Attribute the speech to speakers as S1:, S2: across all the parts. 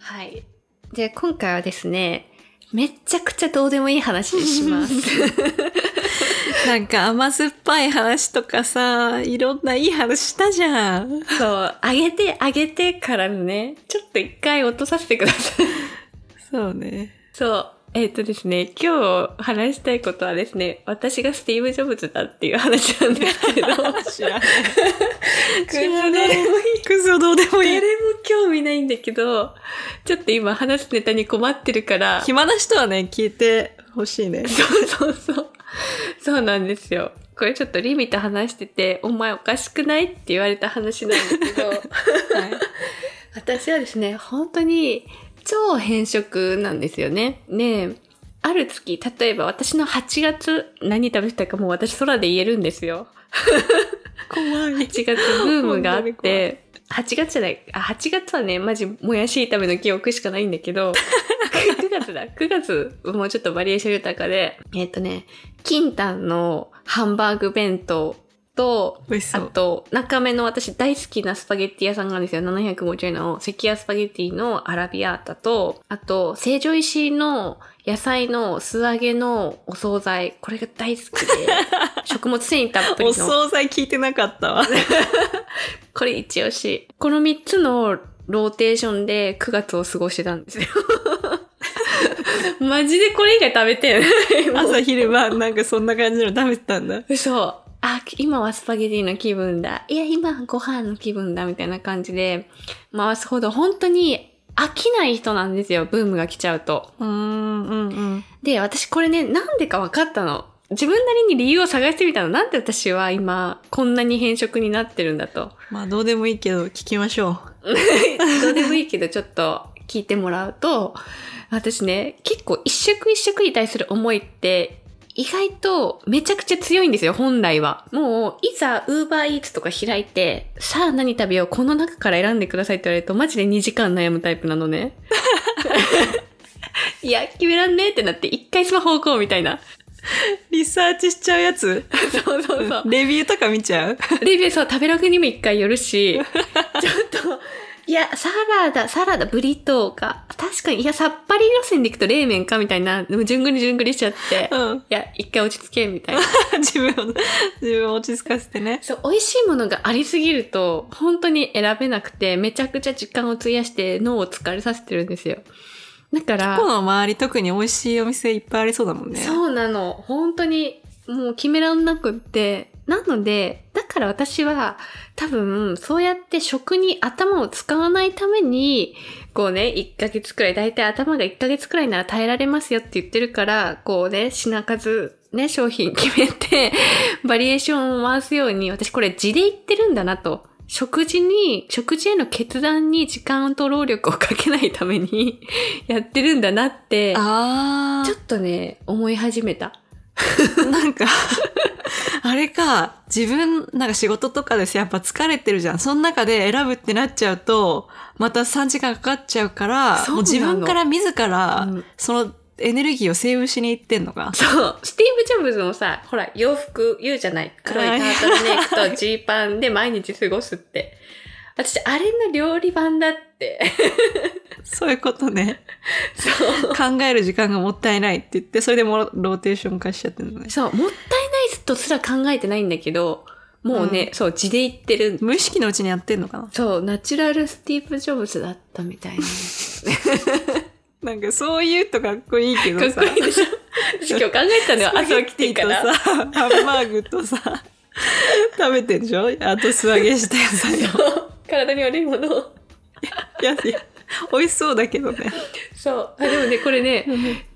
S1: はい。じゃあ今回はですね、めっちゃくちゃどうでもいい話します。
S2: なんか甘酸っぱい話とかさ、いろんないい話したじゃん。
S1: そう、あげてあげてからのね、ちょっと一回落とさせてください。
S2: そうね。
S1: そう。えっ、とですね、今日話したいことはですね、私がスティーブ・ジョブズだっていう話なんです けど、
S2: 知らない。
S1: クズで
S2: クソどうでもい
S1: 誰
S2: い
S1: も。興味ないんだけど、ちょっと今話すネタに困ってるから、
S2: 暇な人はね、聞いてほしいね。
S1: そうそうそう。そうなんですよ。これちょっとリミと話してて、お前おかしくないって言われた話なんですけど、私はですね、本当に超変色なんですよね。ねえ、ある月、例えば私の8月、何食べてたかもう私空で言えるんですよ。
S2: 怖い。
S1: 8月ブームがあっ
S2: 本当に
S1: て、8月じゃない、あ、8月はね、マジ、もやし炒めの記憶しかないんだけど、9月だ、9月、もうちょっとバリエーション豊かで、えっ、とね、キンタンのハンバーグ弁当と、
S2: 美味しそ
S1: あ
S2: う。
S1: と、中目の私大好きなスパゲッティ屋さんがあるんですよ。750円の関屋スパゲッティのアラビアータと、あと、成城石井の野菜の素揚げのお惣菜。これが大好きで、 食物繊維たっぷ
S2: お
S1: りの。
S2: 惣菜聞いてなかったわ。
S1: これ一押し。この3つのローテーションで9月を過ごしてたん ですよ。マジでこれ以外食べてない。
S2: 朝昼晩なんかそんな感じの食べてたんだ。
S1: 嘘。あ、今はスパゲティの気分だ。いや、今はご飯の気分だ。みたいな感じで回すほど本当に飽きない人なんですよ。ブームが来ちゃうと。
S2: うん、うん、うん。
S1: で、私これね、なんでか分かったの。自分なりに理由を探してみたの。なんで私は今、こんなに変色になってるんだと。
S2: まあどうでもいいけど聞きましょう。
S1: どうでもいいけど、ちょっと聞いてもらうと、私ね、結構一色一色に対する思いって、意外とめちゃくちゃ強いんですよ、本来は。もう、いざ、ウーバーイーツとか開いて、さあ何食べよう、この中から選んでくださいって言われると、マジで2時間悩むタイプなのね。いや、決めらんねえってなって、一回スマホ置こうみたいな。
S2: リサーチしちゃうやつ
S1: そうそうそう。
S2: レビューとか見ちゃう
S1: レビューそう、食べログにも一回寄るし、 ちょっと、いや、サラダ、サラダ、ブリトーか。確かに、いや、さっぱり路線でいくと冷麺かみたいな、でも、じゅんぐりじゅんぐりしちゃって、い
S2: うん。
S1: や、一回落ち着け、みたいな。
S2: 自分を、自分を落ち着かせてね。
S1: そう、美味しいものがありすぎると、本当に選べなくて、めちゃくちゃ時間を費やして、脳を疲れさせてるんですよ。だから、
S2: この周り特に美味しいお店いっぱいありそうだもんね。
S1: そうなの。本当に、もう決めらんなくって。なので、だから私は、多分、そうやって食に頭を使わないために、こうね、1ヶ月くらい、だいたい頭が1ヶ月くらいなら耐えられますよって言ってるから、こうね、品数、ね、商品決めて、 バリエーションを回すように、私これ字で言ってるんだなと。食事に、食事への決断に時間と労力をかけないために やってるんだなって。
S2: あ
S1: ちょっとね、思い始めた。
S2: となんか、 あれか、自分、なんか仕事とかですやっぱ疲れてるじゃん。その中で選ぶってなっちゃうと、また3時間かかっちゃうから、
S1: そうなの
S2: もう自分から自ら、
S1: うん
S2: そのエネルギーをセーブしに行ってん のか。
S1: そう、スティーブ・ジョブズもさ、ほら、洋服言うじゃない。黒いタートルネックとジーパンで毎日過ごすって。私、あれの料理版だって。
S2: そういうことね。
S1: そう。
S2: 考える時間がもったいないって言って、それでもうローテーション化しちゃってるのね。
S1: そう、もったいないとすら考えてないんだけど、もうね、そう、字で言ってる。
S2: 無意識のうちにやってんのかな
S1: そう、ナチュラルスティーブ・ジョブズだったみたいな。
S2: なんかそういうとかっこいいけどさ。
S1: かっこいいでしょ私今日考えたのは朝起きてから。
S2: スパゲッティとさ、ハンバーグとさ、食べてんでしょあと素揚げした野菜を。
S1: そう体に悪いものを。
S2: いやいや、美味しそうだけどね。
S1: そう。あでもね、これね、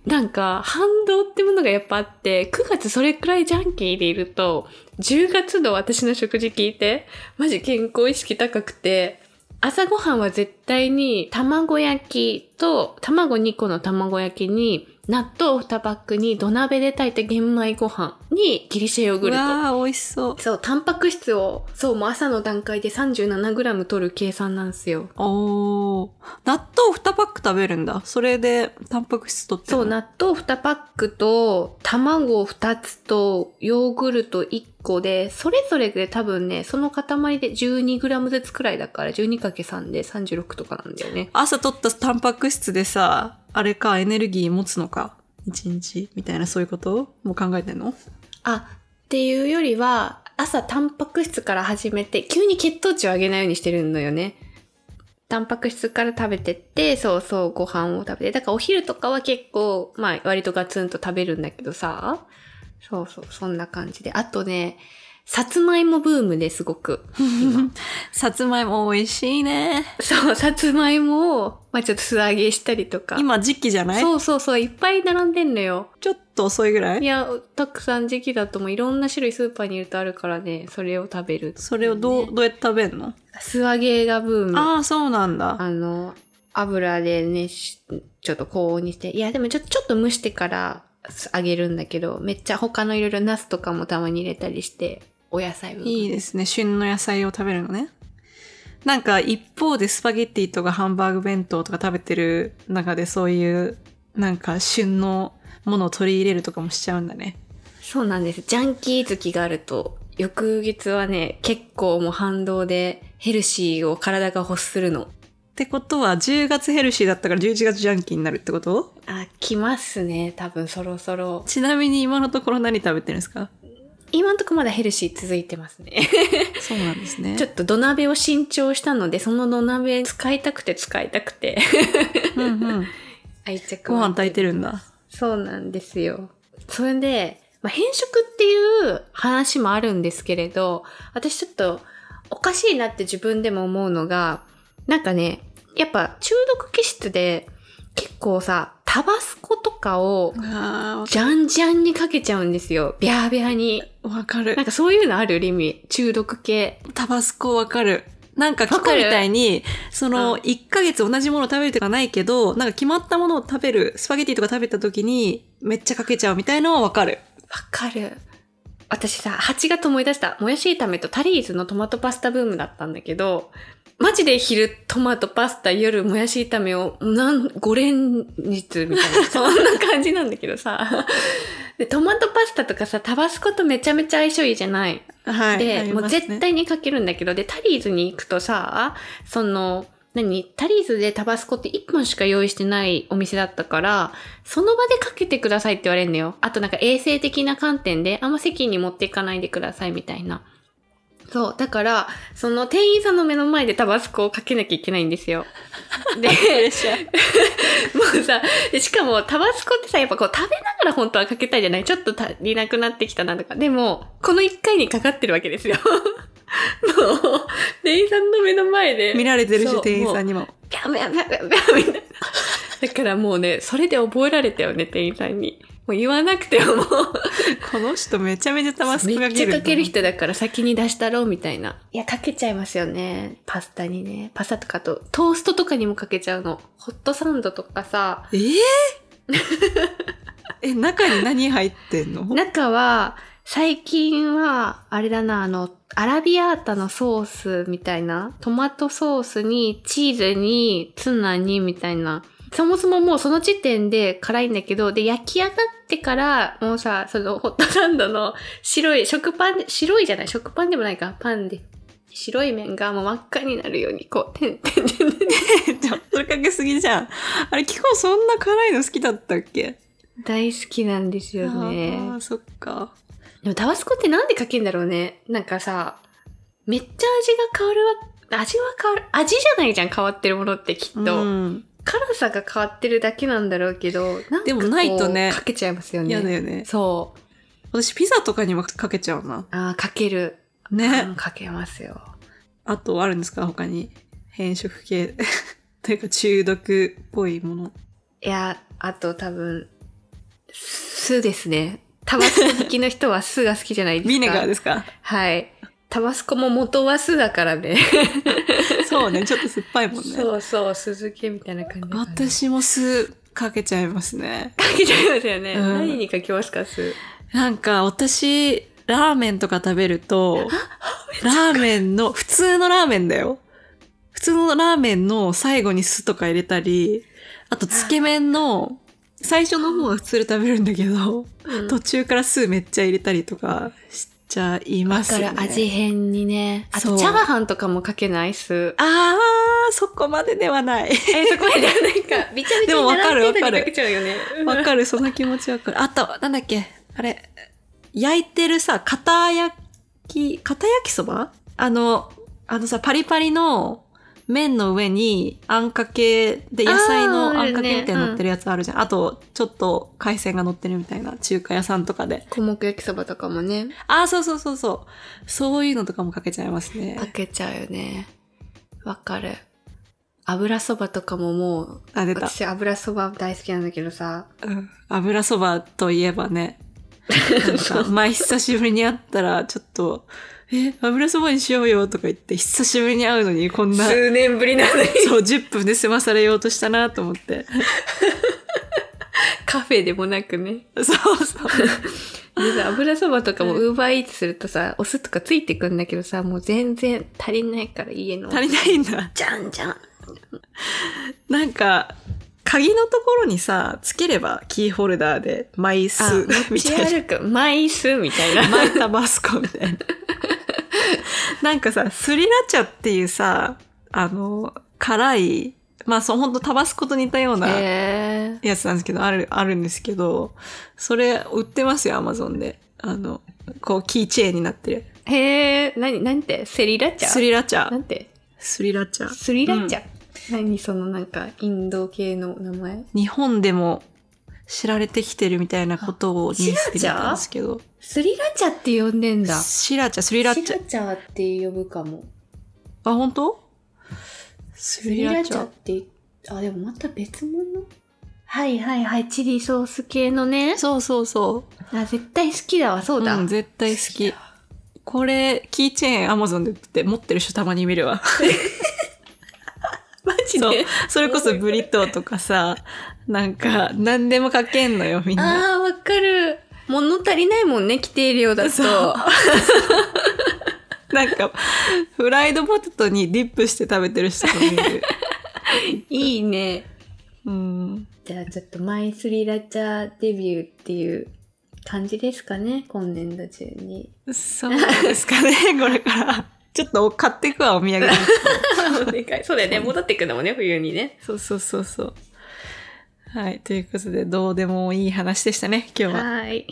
S1: なんか、反動ってものがやっぱあって、9月それくらいジャンキーでいると、10月の私の食事聞いて、マジ健康意識高くて、朝ごはんは絶対に卵焼きと、卵2個の卵焼きに、納豆2パックに土鍋で炊いた玄米ご飯にギリシャヨーグ
S2: う
S1: ルト。
S2: わー、美味しそう。
S1: そう、タンパク質を、そう、もう朝の段階で 37g 取る計算なんですよ。
S2: おー。納豆2パック食べるんだ。それで、タンパク質取ってる
S1: そ
S2: の
S1: う、納豆2パックと、卵2つと、ヨーグルト1個で、それぞれで多分ね、その塊で 12g ずつくらいだから、12×3 で36とかなんだよね。
S2: 朝取ったタンパク質でさ、あれか、エネルギー持つのか。一日みたいな、そういうこともう考えてんの
S1: あ、っていうよりは、朝タンパク質から始めて、急に血糖値を上げないようにしてるのよね。タンパク質から食べてって、そうそう、ご飯を食べて。だからお昼とかは結構、まあ、割とガツンと食べるんだけどさ。そうそう、そんな感じで。あとね、さつまいもブームですごく。今
S2: さつまいも美味しいね。
S1: そう、さつまいもを、まあちょっと素揚げしたりとか。
S2: 今時期じゃない
S1: そうそうそう、いっぱい並んでんのよ。
S2: ちょっと遅いぐらい
S1: いや、たくさん時期だともういろんな種類スーパーにいるとあるからね、それを食べる、
S2: それをどう、
S1: ね
S2: どうやって食べんの、
S1: 素揚げがブーム。
S2: ああ、そうなんだ。
S1: あの、油でね、しちょっと高温にして。いや、でもちょちょっと蒸してから揚げるんだけど、めっちゃ他のいろいろナスとかもたまに入れたりして、お野菜分
S2: いいですね。旬の野菜を食べるのね。なんか一方でスパゲッティとかハンバーグ弁当とか食べてる中でそういうなんか旬のものを取り入れるとかもしちゃうんだね。
S1: そうなんです。ジャンキー好きがあると、翌月はね、結構もう反動でヘルシーを体が欲するの。
S2: ってことは10月ヘルシーだったから11月ジャンキーになるってこと
S1: あ、来ますね。多分そろそろ。
S2: ちなみに今のところ何食べてるんですか
S1: 今んとこまだヘルシー続いてますね。
S2: そうなんですね
S1: ちょっと土鍋を新調したので、その土鍋使いたくて使いたくて。
S2: うんうん、
S1: 愛着
S2: ご
S1: は
S2: 飯炊いてるんだ。
S1: そうなんですよ。それで、まあ、変色っていう話もあるんですけれど、私ちょっとおかしいなって自分でも思うのが、なんかね、やっぱ中毒気質で結構さ、タバスコとかを
S2: あ
S1: ジャンジャンにかけちゃうんですよ。ビャービャーに。
S2: あ、わかる
S1: なん。かそういうのあるリミ。中毒系。
S2: タバスコわかる。なんか、
S1: わか
S2: 過
S1: る
S2: 去みたいに、その、
S1: うん
S2: 1ヶ月同じものを食べるとかないけど、なんか決まったものを食べる、スパゲティとか食べた時に、めっちゃかけちゃうみたいのはわかる。
S1: わかる。私さ、8月思い出した。もやし炒めとタリーズのトマトパスタブームだったんだけど、マジで昼トマトパスタ、夜もやし炒めをなん5連日みたいな、そんな感じなんだけどさ。で、トマトパスタとかさ、タバスコとめちゃめちゃ相性いいじゃない。
S2: はい。
S1: で、
S2: あり
S1: も
S2: ま
S1: う
S2: すね
S1: 絶。対にかけるんだけど、で、タリーズに行くとさ、その、何タリーズでタバスコって1本しか用意してないお店だったから、その場でかけてくださいって言われるのよ。あとなんか衛生的な観点で、あんま席に持っていかないでくださいみたいな。そう。だから、その店員さんの目の前でタバスコをかけなきゃいけないんですよ。 で、もうさ、でしかもタバスコってさ、やっぱこう食べながら本当はかけたいじゃないちょっと足りなくなってきたなとか。でも、この1回にかかってるわけですよ。 もう、店員さんの目の前で。
S2: 見られてる
S1: そ
S2: し、
S1: う
S2: 店員さんにも。
S1: ビャンビャンビャンビャンビャンみたいな。だからもうね、それで覚えられたよね、店員さんに。もう言わなくてももう。
S2: この人めちゃめちゃタバスコ
S1: め
S2: か
S1: っ
S2: ける。
S1: ちゃかける。人だから先に出したろうみたいな。いや、かけちゃいますよね。パスタにね。パスタとかあと、トーストとかにもかけちゃうの。ホットサンドとかさ、
S2: えー え、中に何入っ てんの
S1: 中は、最近は、あれだな、あの、アラビアータのソースみたいな、トマトソースに、チーズに、ツナに、みたいな。そもそももうその時点で辛いんだけど、で、焼き上がってから、もうさ、そのホットサンドの白い、食パンで、白いじゃない食パンでもないか、パンで。白い面がもう真っ赤になるように、こう、てんてんてんてん。
S2: ちょっとかけすぎじゃん。あれ、キコそんな辛いの好きだったっけ
S1: 大好きなんですよね。
S2: ああ、そっか。
S1: でもタバスコってなんでかけんだろうね。なんかさ、めっちゃ味が変わるわ、味は変わる、味じゃないじゃん、変わってるものってきっと。
S2: うん。
S1: 辛さが変わってるだけなんだろうけど、なんかこう
S2: でもないとね
S1: かけちゃいますよね。
S2: 嫌だよね。
S1: そう。
S2: 私ピザとかにもかけちゃうな。
S1: ああ、かける。う
S2: ね
S1: ん。かけますよ。
S2: あとあるんですか他に。変色系。 というか中毒っぽいもの。
S1: いや、あと多分、酢ですね。タバスコ好きの人は酢が好きじゃ ないですか。。
S2: ビネガーですすか
S1: はい。タバスコも元は酢だからね。
S2: そうね。ちょっと酸っぱいもん ね。
S1: そうそう、酢漬けみたいな感じだから。
S2: 私も酢かけちゃいますね。
S1: かけちゃいますよね。
S2: うん
S1: 何にかけますか、酢。
S2: なんか私、ラーメンとか食べる と、ラーメンの、普通のラーメンだよ。普通のラーメンの最後に酢とか入れたり、あとつけ麺の、最初の方は普通で食べるんだけど、
S1: うん
S2: 途中から酢めっちゃ入れたりとかしちゃい
S1: だ
S2: ます
S1: か
S2: よね。
S1: ら味変にね。あ
S2: そ
S1: と、
S2: う
S1: チャーハンとかもかけない酢。
S2: あー、そこまでではない。
S1: え、 そこ までなんか、びちゃびちゃに並んでたりかけちゃうよね。
S2: わかる、その気持ちわかる。あと、なんだっけ、あれ、焼いてるさ、片焼き、片焼きそばあの、あのさ、パリパリの麺の上に、あんかけで、
S1: あー
S2: 野菜の
S1: あ
S2: あ
S1: る
S2: ん
S1: ね
S2: かけみたいに乗ってるやつあるじゃん。あ,、と、ちょっと海鮮が乗ってるみたいな、中華屋さんとかで。
S1: 小目焼きそばとかもね、
S2: あー、そうそうそうそう。そういうのとかもかけちゃいますね
S1: か。けちゃうよね。わかる。油そばとかももう、
S2: あ、出た。
S1: 私油そば大好きなんだけど さ。
S2: うん油そばといえばね。なん
S1: そ
S2: か前久しぶりに会ったら、ちょっと、え、油そばにしようよとか言って、久しぶりに会うのにこんな、
S1: 数年ぶりなのに。
S2: そう、10分で済まされようとしたなと思って。
S1: カフェでもなくね。
S2: そう そう。
S1: でさ油そばとかも
S2: う
S1: ウーバーイーツするとさ、お酢とかついてくんだけどさ、もう全然足りないから家の。
S2: 足りないんだ。
S1: じゃんじゃん。
S2: なんか、鍵のところにさ、つければキーホルダーで、マイス
S1: あ、持
S2: み
S1: ち
S2: たいな。
S1: 歩く。マイスみ たいな。
S2: マイタバスコ みたいな。なんかさ、スリラチャっていうさ、あの、辛い、まあそう、ほんとタバスコと似たような、
S1: へ
S2: やつなんですけど、ある、あるんですけど、それ売ってますよ、アマゾンで。あの、こう、キーチェーンになってる。
S1: え。へえ。なに、なんてセリラチャ
S2: スリラチ
S1: な
S2: ャ。
S1: んて
S2: スリラチャ。
S1: スリラチャ。何そのなんか、インド系の名前
S2: 日本でも知られてきてるみたいなことを認識
S1: ス
S2: だ
S1: リラ
S2: っ
S1: チャ
S2: たんですけど。
S1: スリラチャって呼んでんだ。
S2: シラチャ、スリラチャ。
S1: チャって呼ぶかも。
S2: あ、本当スリラチャ。
S1: って、あ、でもまた別物はいはいはい、チリソース系のね。
S2: そうそうそう。
S1: あ、絶対好きだわ、そうだ。
S2: うん、絶対好き。これ、キーチェーンアマゾンで売って持ってる人たまに見るわ。
S1: マジ
S2: そう。それこそブリトーとかさ、なんか、何でもかけんのよ、みんな。
S1: あー、わかる。物足りないもんね、規定量だと。
S2: なんか、フライドポテトにディップして食べてる人もいる。
S1: いいね。
S2: うん。
S1: じゃあちょっとマイスリラチャデビューっていう感じですかね、今年度中に。
S2: そうですか ね、これから。ちょっと買っていくわ、お土産に。
S1: お願い。そうだよね、戻ってくのもね、冬にね。
S2: そうそうそうそう。はい。ということで、どうでもいい話でしたね、今日は。
S1: はい。